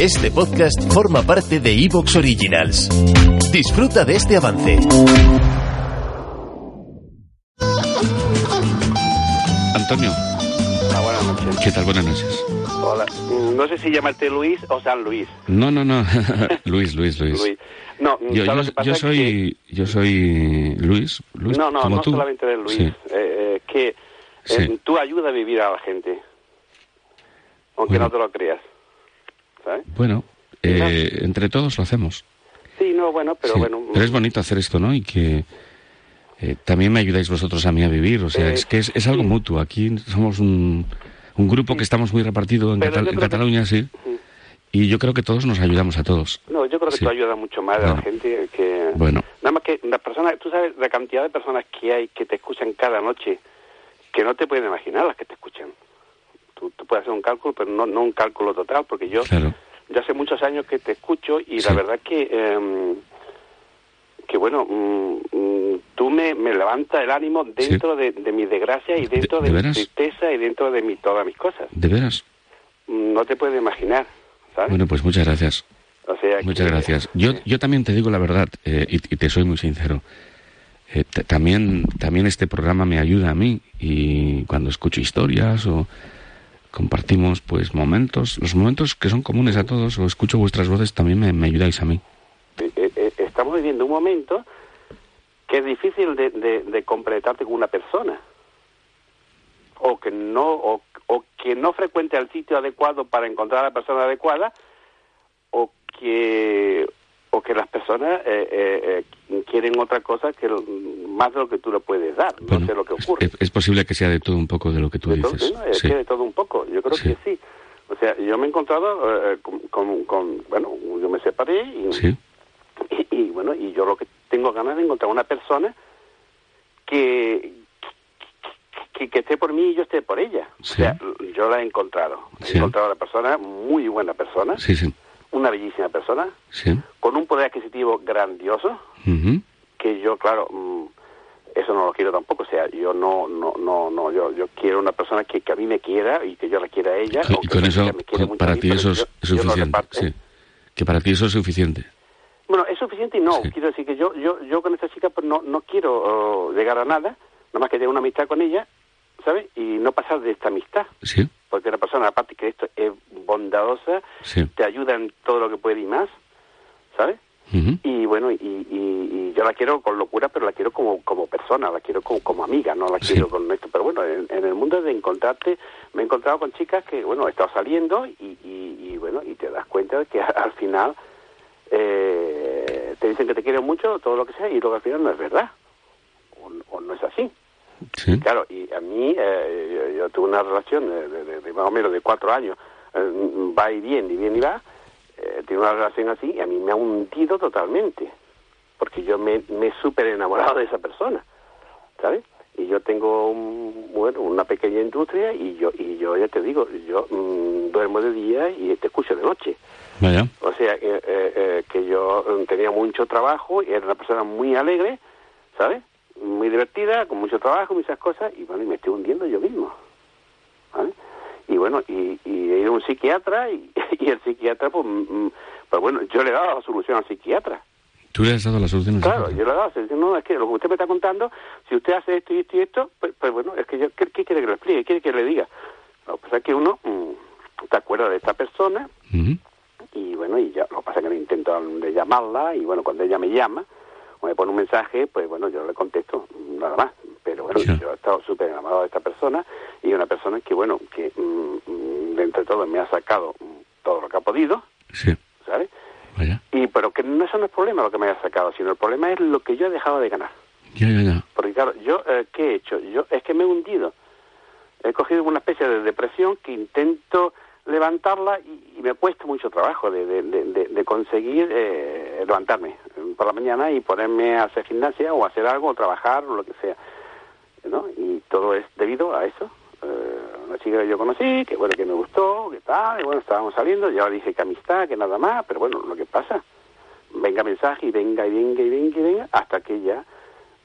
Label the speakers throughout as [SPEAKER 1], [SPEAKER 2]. [SPEAKER 1] Este podcast forma parte de Evox Originals. Disfruta de este avance.
[SPEAKER 2] Antonio,
[SPEAKER 3] Ah, buenas noches.
[SPEAKER 2] ¿qué tal? Buenas noches.
[SPEAKER 3] Hola. Mm, No sé si llamarte Luis o San Luis.
[SPEAKER 2] No, no, no. Luis, Luis, Luis.
[SPEAKER 3] Luis. No,
[SPEAKER 2] Yo,
[SPEAKER 3] ¿sabes
[SPEAKER 2] yo-
[SPEAKER 3] lo que pasa?
[SPEAKER 2] yo soy, yo soy Luis,
[SPEAKER 3] Que-
[SPEAKER 2] Luis
[SPEAKER 3] No, no,
[SPEAKER 2] como
[SPEAKER 3] no
[SPEAKER 2] tú.
[SPEAKER 3] solamente de Luis.
[SPEAKER 2] Sí.
[SPEAKER 3] Eh, eh, que eh,
[SPEAKER 2] Sí.
[SPEAKER 3] tú ayudas a vivir a la gente. Aunque
[SPEAKER 2] Bueno.
[SPEAKER 3] no te lo creas. ¿Sabes?
[SPEAKER 2] Bueno, eh, entre todos lo hacemos.
[SPEAKER 3] Sí, no, bueno, pero
[SPEAKER 2] Sí.
[SPEAKER 3] bueno.
[SPEAKER 2] Pero es bonito hacer esto, ¿no? Y que eh, también me ayudáis vosotros a mí a vivir. O sea,
[SPEAKER 3] Eh,
[SPEAKER 2] es que es, es algo mutuo. Aquí somos un, un grupo que estamos muy repartido en,
[SPEAKER 3] Pero
[SPEAKER 2] Catal-
[SPEAKER 3] yo
[SPEAKER 2] en
[SPEAKER 3] creo que-
[SPEAKER 2] Cataluña, sí.
[SPEAKER 3] Sí.
[SPEAKER 2] Y yo creo que todos nos ayudamos a todos.
[SPEAKER 3] No, yo creo que
[SPEAKER 2] Sí.
[SPEAKER 3] tú ayudas mucho más a la
[SPEAKER 2] Bueno.
[SPEAKER 3] gente que...
[SPEAKER 2] Bueno.
[SPEAKER 3] Nada más que las personas, tú sabes la cantidad de personas que hay que te escuchan cada noche, que no te pueden imaginar las que te escuchan. Tú, tú puedes hacer un cálculo, pero no, no un cálculo total, porque yo
[SPEAKER 2] Claro.
[SPEAKER 3] ya hace muchos años que te escucho y
[SPEAKER 2] Sí.
[SPEAKER 3] la verdad que... eh, que bueno, mm, mm, tú me, me levantas el ánimo dentro de, de mi desgracia y
[SPEAKER 2] ¿De-
[SPEAKER 3] dentro
[SPEAKER 2] de
[SPEAKER 3] de, mi
[SPEAKER 2] veras?
[SPEAKER 3] tristeza y dentro de mi, todas mis cosas.
[SPEAKER 2] ¿De veras?
[SPEAKER 3] Mm, No te puedes imaginar, ¿sabes?
[SPEAKER 2] Bueno, pues muchas gracias.
[SPEAKER 3] O sea,
[SPEAKER 2] Muchas
[SPEAKER 3] que-
[SPEAKER 2] gracias. Yo,
[SPEAKER 3] Sí.
[SPEAKER 2] yo también te digo la verdad eh, y, y te soy muy sincero. Eh, t- también, también este programa me ayuda a mí y cuando escucho historias o compartimos pues momentos, los momentos que son comunes a todos o escucho vuestras voces también me, me ayudáis a mí.
[SPEAKER 3] Eh, eh, eh, estamos viviendo un momento que es difícil de, de- de completarte con una persona o que no o, o que no frecuente el sitio adecuado para encontrar a la persona adecuada o que o que las personas eh, eh, eh, quieren otra cosa que lo- más de lo que tú le puedes dar
[SPEAKER 2] Bueno,
[SPEAKER 3] no sé lo que
[SPEAKER 2] es-
[SPEAKER 3] ocurre eh,
[SPEAKER 2] Es, es posible que sea de todo un poco de lo que tú
[SPEAKER 3] de todo,
[SPEAKER 2] dices.
[SPEAKER 3] ¿no? Es
[SPEAKER 2] Sí.
[SPEAKER 3] que de todo un poco, yo creo
[SPEAKER 2] Sí.
[SPEAKER 3] que sí. O sea, yo me he encontrado eh, con, con- con- bueno, yo me separé y,
[SPEAKER 2] Sí.
[SPEAKER 3] y, y, bueno, y yo lo que tengo ganas de encontrar una persona que que, que esté por mí y yo esté por ella.
[SPEAKER 2] Sí.
[SPEAKER 3] O sea, yo la he encontrado.
[SPEAKER 2] Sí.
[SPEAKER 3] He encontrado a la persona, muy buena persona,
[SPEAKER 2] sí, sí,
[SPEAKER 3] una bellísima persona,
[SPEAKER 2] sí.
[SPEAKER 3] con un poder adquisitivo grandioso,
[SPEAKER 2] Ujú.
[SPEAKER 3] que yo, claro, mm, eso no lo quiero tampoco. O sea, yo no, no, no, no, yo, yo quiero una persona que, que a mí me quiera y que yo la quiera a ella.
[SPEAKER 2] Co- Y
[SPEAKER 3] aunque
[SPEAKER 2] con
[SPEAKER 3] ella
[SPEAKER 2] eso,
[SPEAKER 3] me quiere
[SPEAKER 2] con-
[SPEAKER 3] mucho a
[SPEAKER 2] para
[SPEAKER 3] mí,
[SPEAKER 2] ti
[SPEAKER 3] pero
[SPEAKER 2] eso es
[SPEAKER 3] yo-
[SPEAKER 2] es
[SPEAKER 3] yo no
[SPEAKER 2] suficiente.
[SPEAKER 3] reparto,
[SPEAKER 2] sí.
[SPEAKER 3] ¿eh?
[SPEAKER 2] Que para ti eso es suficiente.
[SPEAKER 3] Bueno, es suficiente y no.
[SPEAKER 2] Sí.
[SPEAKER 3] Quiero decir que yo, yo, yo con esta chica pues no, no quiero eh, llegar a nada, nada más que tener una amistad con ella, ¿sabes? Y no pasar de esta amistad.
[SPEAKER 2] Sí,
[SPEAKER 3] Porque una persona, aparte que esto es bondadosa,
[SPEAKER 2] sí.
[SPEAKER 3] te ayuda en todo lo que puede y más, ¿sabes?
[SPEAKER 2] Ujú.
[SPEAKER 3] Y bueno, y, y- y yo la quiero con locura, pero la quiero como, como persona, la quiero como, como amiga, no la
[SPEAKER 2] Sí.
[SPEAKER 3] quiero con esto. Pero bueno, en, en el mundo de encontrarte, me he encontrado con chicas que, bueno, he estado saliendo y, y- y, bueno, y te das cuenta de que al final eh, te dicen que te quieren mucho, todo lo que sea, y luego al final no es verdad. O, o no es así.
[SPEAKER 2] Sí.
[SPEAKER 3] Claro, y a mí, eh, yo, yo tuve una relación de, de- de- de más o menos de cuatro años, eh, va y bien, y bien y va, eh, tiene una relación así, y a mí me ha hundido totalmente, porque yo me, me he súper enamorado de esa persona, ¿sabes? Y yo tengo, un- bueno, una pequeña industria, y yo, y yo ya te digo, yo mm, duermo de día y te escucho de noche.
[SPEAKER 2] Vaya.
[SPEAKER 3] O sea, eh, eh, eh, que yo eh, tenía mucho trabajo y era una persona muy alegre, ¿sabes? Muy divertida, con mucho trabajo, muchas cosas, y bueno, y me estoy hundiendo yo mismo. ¿vale? Y bueno, y, y he ido a un psiquiatra y, y el psiquiatra, pues, mm, mm, pues bueno, yo le he dado la solución al psiquiatra.
[SPEAKER 2] Tú le has dado la solución. al
[SPEAKER 3] Claro,
[SPEAKER 2] psicólogo.
[SPEAKER 3] yo le he dado la solución. No, es que lo que usted me está contando, si usted hace esto y esto y esto, pues, pues bueno, es que yo, ¿qué, qué quiere que le explique? ¿Qué quiere que le diga? Lo que pasa es que uno mm, te acuerda de esta persona,
[SPEAKER 2] Ujú.
[SPEAKER 3] y bueno, y ya, lo que pasa es que intento de llamarla y bueno, cuando ella me llama o me pone un mensaje, pues bueno, yo le contesto, nada más. Pero bueno,
[SPEAKER 2] Ya.
[SPEAKER 3] yo he estado súper enamorado de esta persona y una persona que bueno, que mm, mm, de entre todo me ha sacado mm, todo lo que ha podido,
[SPEAKER 2] Sí,
[SPEAKER 3] ¿sabes?
[SPEAKER 2] vaya.
[SPEAKER 3] Y pero que no, eso no es problema lo que me haya sacado, sino el problema es lo que yo he dejado de ganar.
[SPEAKER 2] Ya, ya, ya.
[SPEAKER 3] Porque claro, yo, eh, ¿qué he hecho? Yo es que me he hundido. He cogido una especie de depresión que intento levantarla y, y me cuesta mucho trabajo de, de- de- de- de conseguir eh, levantarme eh, por la mañana y ponerme a hacer gimnasia o hacer algo o trabajar o lo que sea. ¿no? Y todo es debido a eso. Eh, una chica que yo conocí, que bueno, que me gustó, que tal, y bueno, estábamos saliendo, ya dije que amistad, que nada más, pero bueno, lo que pasa, venga mensaje y venga y venga y venga y venga, hasta que ya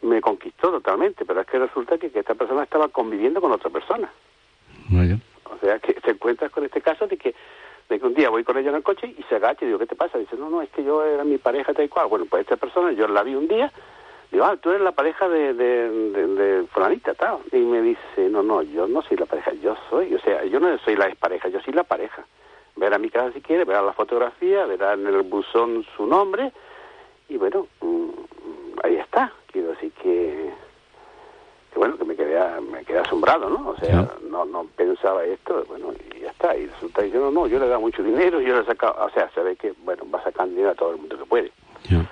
[SPEAKER 3] me conquistó totalmente, pero es que resulta que, que esta persona estaba conviviendo con otra persona.
[SPEAKER 2] Vaya.
[SPEAKER 3] O sea, que te encuentras con este caso de que, de que un día voy con ella en el coche y se agacha y digo, ¿qué te pasa? Dice, no, no, es que yo era mi pareja tal y cual. Bueno, pues esta persona, yo la vi un día, digo, ah, tú eres la pareja de, de, de, de fulanita, tal. Y me dice, no, no, yo no soy la pareja, yo soy, o sea, yo no soy la expareja, yo soy la pareja. Verá mi casa si quiere, verá la fotografía, verá en el buzón su nombre y bueno, mm, ahí está. Quiero decir que, que bueno, que me quedé, me quedé asombrado, ¿no? O sea,
[SPEAKER 2] Claro.
[SPEAKER 3] no, no pensaba esto, bueno, y ya está. Y resulta diciendo, no, yo le he dado mucho dinero, yo le he sacado, o sea, se ve que, bueno, va sacando dinero a todo el mundo que puede.
[SPEAKER 2] Ya.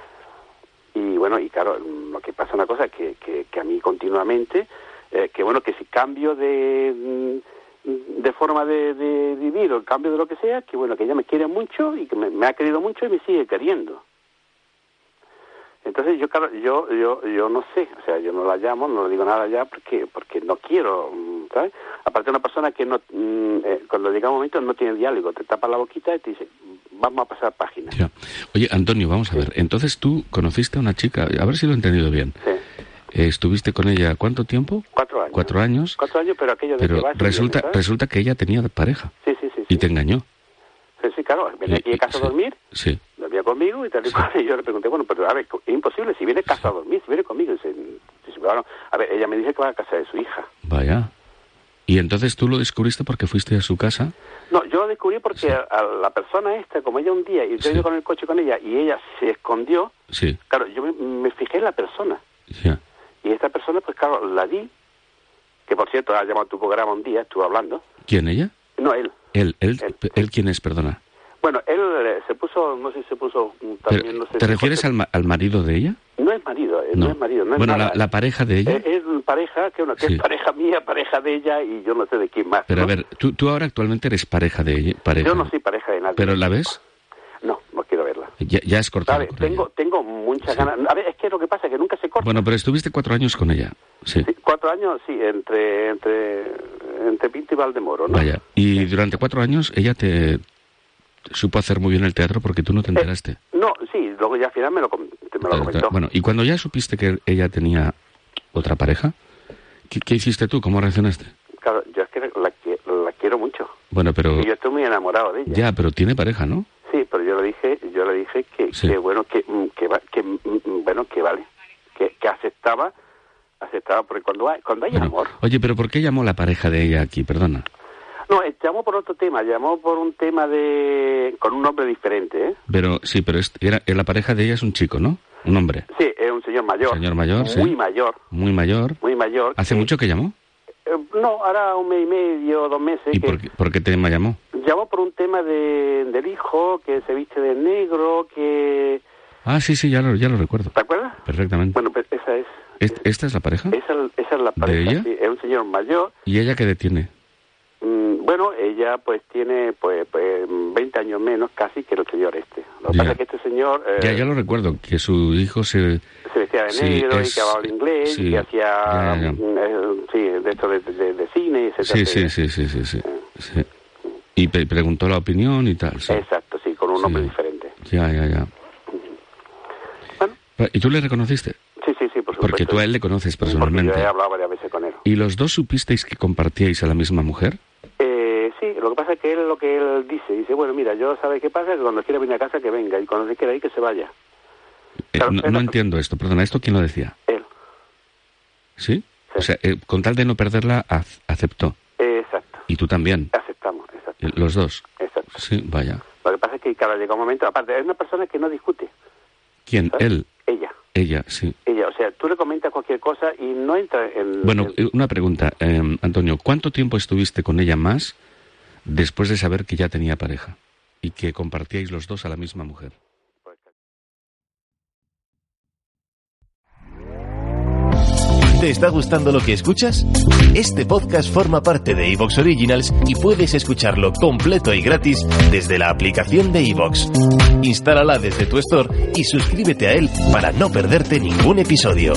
[SPEAKER 3] Y bueno, y claro, lo que pasa una cosa es que, que, que a mí continuamente, eh, que bueno, que si cambio de, mm, de forma de, de vivir o cambio de lo que sea, que bueno, que ella me quiere mucho y que me, me ha querido mucho y me sigue queriendo. Entonces yo, claro, yo, yo, yo no sé, o sea, yo no la llamo, no le digo nada ya porque, porque no quiero, mm, ¿sabes? Aparte una persona que no, mm, eh, cuando llega un momento no tiene diálogo, te tapa la boquita y te dice, vamos a pasar página.
[SPEAKER 2] Ya. Oye, Antonio, vamos a ver. Entonces tú conociste a una chica, a ver si lo he entendido bien.
[SPEAKER 3] Sí.
[SPEAKER 2] Eh, estuviste con ella cuánto tiempo?
[SPEAKER 3] Cuatro años.
[SPEAKER 2] Cuatro años.
[SPEAKER 3] Cuatro años, pero aquello de
[SPEAKER 2] Pero
[SPEAKER 3] que vas y
[SPEAKER 2] resulta,
[SPEAKER 3] vienes, ¿sabes?
[SPEAKER 2] resulta que ella tenía pareja
[SPEAKER 3] Sí, sí, sí.
[SPEAKER 2] y
[SPEAKER 3] sí.
[SPEAKER 2] te engañó.
[SPEAKER 3] Sí, sí, claro. Venía aquí
[SPEAKER 2] Y-
[SPEAKER 3] a casa a
[SPEAKER 2] sí,
[SPEAKER 3] dormir,
[SPEAKER 2] Sí.
[SPEAKER 3] dormía conmigo y tal y cual. Y yo le pregunté, bueno, pero a ver, co- es imposible. Si viene a casa a dormir, si viene conmigo. Dice, dice, bueno, a ver, ella me dice que va a casa de su hija.
[SPEAKER 2] Vaya. Y entonces tú lo descubriste porque fuiste a su casa.
[SPEAKER 3] No, yo lo descubrí porque a, a la persona esta, como ella un día, y yo
[SPEAKER 2] Sí.
[SPEAKER 3] iba con el coche con ella, y ella se escondió,
[SPEAKER 2] Sí.
[SPEAKER 3] claro, yo me, me fijé en la persona.
[SPEAKER 2] Ya.
[SPEAKER 3] Y esta persona, pues claro, la vi, que por cierto, ha llamado a tu programa un día, estuvo hablando.
[SPEAKER 2] ¿Quién ella?
[SPEAKER 3] No, él.
[SPEAKER 2] Él, él,
[SPEAKER 3] Él.
[SPEAKER 2] él quién es, perdona.
[SPEAKER 3] Bueno, él eh, se puso, no sé si se puso mm,
[SPEAKER 2] Pero,
[SPEAKER 3] también, no sé
[SPEAKER 2] ¿Te
[SPEAKER 3] si-
[SPEAKER 2] refieres al, ma- al marido de ella?
[SPEAKER 3] No es marido, eh, no, es marido. No es
[SPEAKER 2] bueno, la,
[SPEAKER 3] nada.
[SPEAKER 2] la pareja de ella.
[SPEAKER 3] Eh, Es, pareja, que, bueno, que
[SPEAKER 2] Sí.
[SPEAKER 3] es pareja mía, pareja de ella y yo no sé de quién más.
[SPEAKER 2] Pero a
[SPEAKER 3] ¿no?
[SPEAKER 2] ver, tú, tú ahora actualmente eres pareja de ella. Pareja.
[SPEAKER 3] yo no soy pareja de nadie.
[SPEAKER 2] Pero la ves,
[SPEAKER 3] No, no quiero verla.
[SPEAKER 2] ya, ya has cortado.
[SPEAKER 3] ¿Sabes?
[SPEAKER 2] con ella.
[SPEAKER 3] Tengo, tengo muchas ganas. A ver, es que lo que pasa es que nunca se corta.
[SPEAKER 2] Bueno, pero estuviste cuatro años con ella. Sí.
[SPEAKER 3] Sí, cuatro años, sí, entre, entre, entre Pinto y Valdemoro, ¿no?
[SPEAKER 2] Vaya. Y durante cuatro años ella te supo hacer muy bien el teatro porque tú no te enteraste.
[SPEAKER 3] No, sí, luego ya al final me lo, com- te- me lo comentó.
[SPEAKER 2] Bueno, y cuando ya supiste que ella tenía otra pareja, ¿qué, qué hiciste tú? ¿Cómo reaccionaste?
[SPEAKER 3] Claro, yo es que la, que- la quiero mucho.
[SPEAKER 2] Bueno, pero
[SPEAKER 3] Y yo estoy muy enamorado de ella.
[SPEAKER 2] ya, pero tiene pareja, ¿no?
[SPEAKER 3] Sí, pero yo le dije, yo le dije que,
[SPEAKER 2] Sí.
[SPEAKER 3] que bueno, que, mm, que, va- que, mm, mm, bueno, que vale, que, que aceptaba, aceptaba, porque cuando hay, cuando hay
[SPEAKER 2] Bueno,
[SPEAKER 3] amor,
[SPEAKER 2] oye, pero ¿por qué llamó la pareja de ella aquí? Perdona.
[SPEAKER 3] no, eh, llamó por otro tema, llamó por un tema de, con un nombre diferente, ¿eh?
[SPEAKER 2] Pero sí, pero es- era, la pareja de ella es un chico, ¿no? Un hombre,
[SPEAKER 3] Sí, es un señor mayor.
[SPEAKER 2] Señor mayor, sí.
[SPEAKER 3] Muy mayor,
[SPEAKER 2] muy mayor.
[SPEAKER 3] muy mayor.
[SPEAKER 2] ¿Hace
[SPEAKER 3] que-
[SPEAKER 2] mucho que llamó?
[SPEAKER 3] eh, no, ahora un mes y medio, dos meses.
[SPEAKER 2] ¿Y
[SPEAKER 3] que-
[SPEAKER 2] por qué, por qué te llamó?
[SPEAKER 3] Llamó por un tema de, del hijo, que se viste de negro, que...
[SPEAKER 2] Ah, sí, sí, ya lo, ya lo recuerdo.
[SPEAKER 3] ¿Te acuerdas?
[SPEAKER 2] Perfectamente.
[SPEAKER 3] Bueno, pues esa es...
[SPEAKER 2] ¿Est- ¿Esta es la pareja?
[SPEAKER 3] Esa, esa es la
[SPEAKER 2] ¿Eh? ¿De
[SPEAKER 3] pareja,
[SPEAKER 2] ella?
[SPEAKER 3] sí, es un señor mayor.
[SPEAKER 2] ¿Y ella qué detiene?
[SPEAKER 3] Mm, Bueno, ella pues tiene pues, pues 20 años menos casi que el señor este. Lo que
[SPEAKER 2] Ya.
[SPEAKER 3] pasa es que este señor eh,
[SPEAKER 2] Ya, ya lo recuerdo, que su hijo se...
[SPEAKER 3] se vestía de
[SPEAKER 2] Sí,
[SPEAKER 3] negro
[SPEAKER 2] es-
[SPEAKER 3] y que hablaba inglés
[SPEAKER 2] sí.
[SPEAKER 3] y que hacía
[SPEAKER 2] Ya, ya, ya.
[SPEAKER 3] mm, eh, sí, de esto de, de- de cine, etcétera,
[SPEAKER 2] Sí, sí,
[SPEAKER 3] etcétera.
[SPEAKER 2] sí, sí, sí, sí. sí. Y pe- preguntó la opinión y tal. Sí.
[SPEAKER 3] Exacto, sí, con un
[SPEAKER 2] Sí.
[SPEAKER 3] nombre diferente.
[SPEAKER 2] Ya, ya, ya.
[SPEAKER 3] Bueno,
[SPEAKER 2] Pa- ¿Y tú le reconociste?
[SPEAKER 3] sí, sí, sí, por supuesto.
[SPEAKER 2] Porque tú a él le conoces
[SPEAKER 3] Porque
[SPEAKER 2] personalmente.
[SPEAKER 3] yo he hablado varias veces con él.
[SPEAKER 2] ¿Y los dos supisteis que compartíais a la misma mujer?
[SPEAKER 3] Eh, sí, lo que pasa es que él lo que él dice, dice, bueno, mira, yo sabe qué pasa, que cuando quiera venir a casa que venga y cuando se quiera ir que se vaya.
[SPEAKER 2] Eh,
[SPEAKER 3] Claro,
[SPEAKER 2] no,
[SPEAKER 3] él-
[SPEAKER 2] no entiendo esto, perdona, ¿esto quién lo decía?
[SPEAKER 3] Él.
[SPEAKER 2] ¿Sí? O
[SPEAKER 3] Sí.
[SPEAKER 2] sea, eh, con tal de no perderla, ac- aceptó.
[SPEAKER 3] Eh, exacto,
[SPEAKER 2] Y tú también,
[SPEAKER 3] aceptamos, exacto,
[SPEAKER 2] Eh, los dos.
[SPEAKER 3] exacto.
[SPEAKER 2] Sí, vaya.
[SPEAKER 3] Lo que pasa es que claro, llega un momento, aparte, es una persona que no discute.
[SPEAKER 2] ¿Quién?
[SPEAKER 3] ¿sabes?
[SPEAKER 2] Él,
[SPEAKER 3] Ella,
[SPEAKER 2] ella, sí.
[SPEAKER 3] ella. O sea, tú le comentas cualquier cosa y no entra en...
[SPEAKER 2] Bueno,
[SPEAKER 3] en-
[SPEAKER 2] eh, una pregunta, eh, Antonio, ¿cuánto tiempo estuviste con ella más después de saber que ya tenía pareja y que compartíais los dos a la misma mujer?
[SPEAKER 1] ¿Te está gustando lo que escuchas? Este podcast forma parte de Evox Originals y puedes escucharlo completo y gratis desde la aplicación de Evox. Instálala desde tu store y suscríbete a él para no perderte ningún episodio.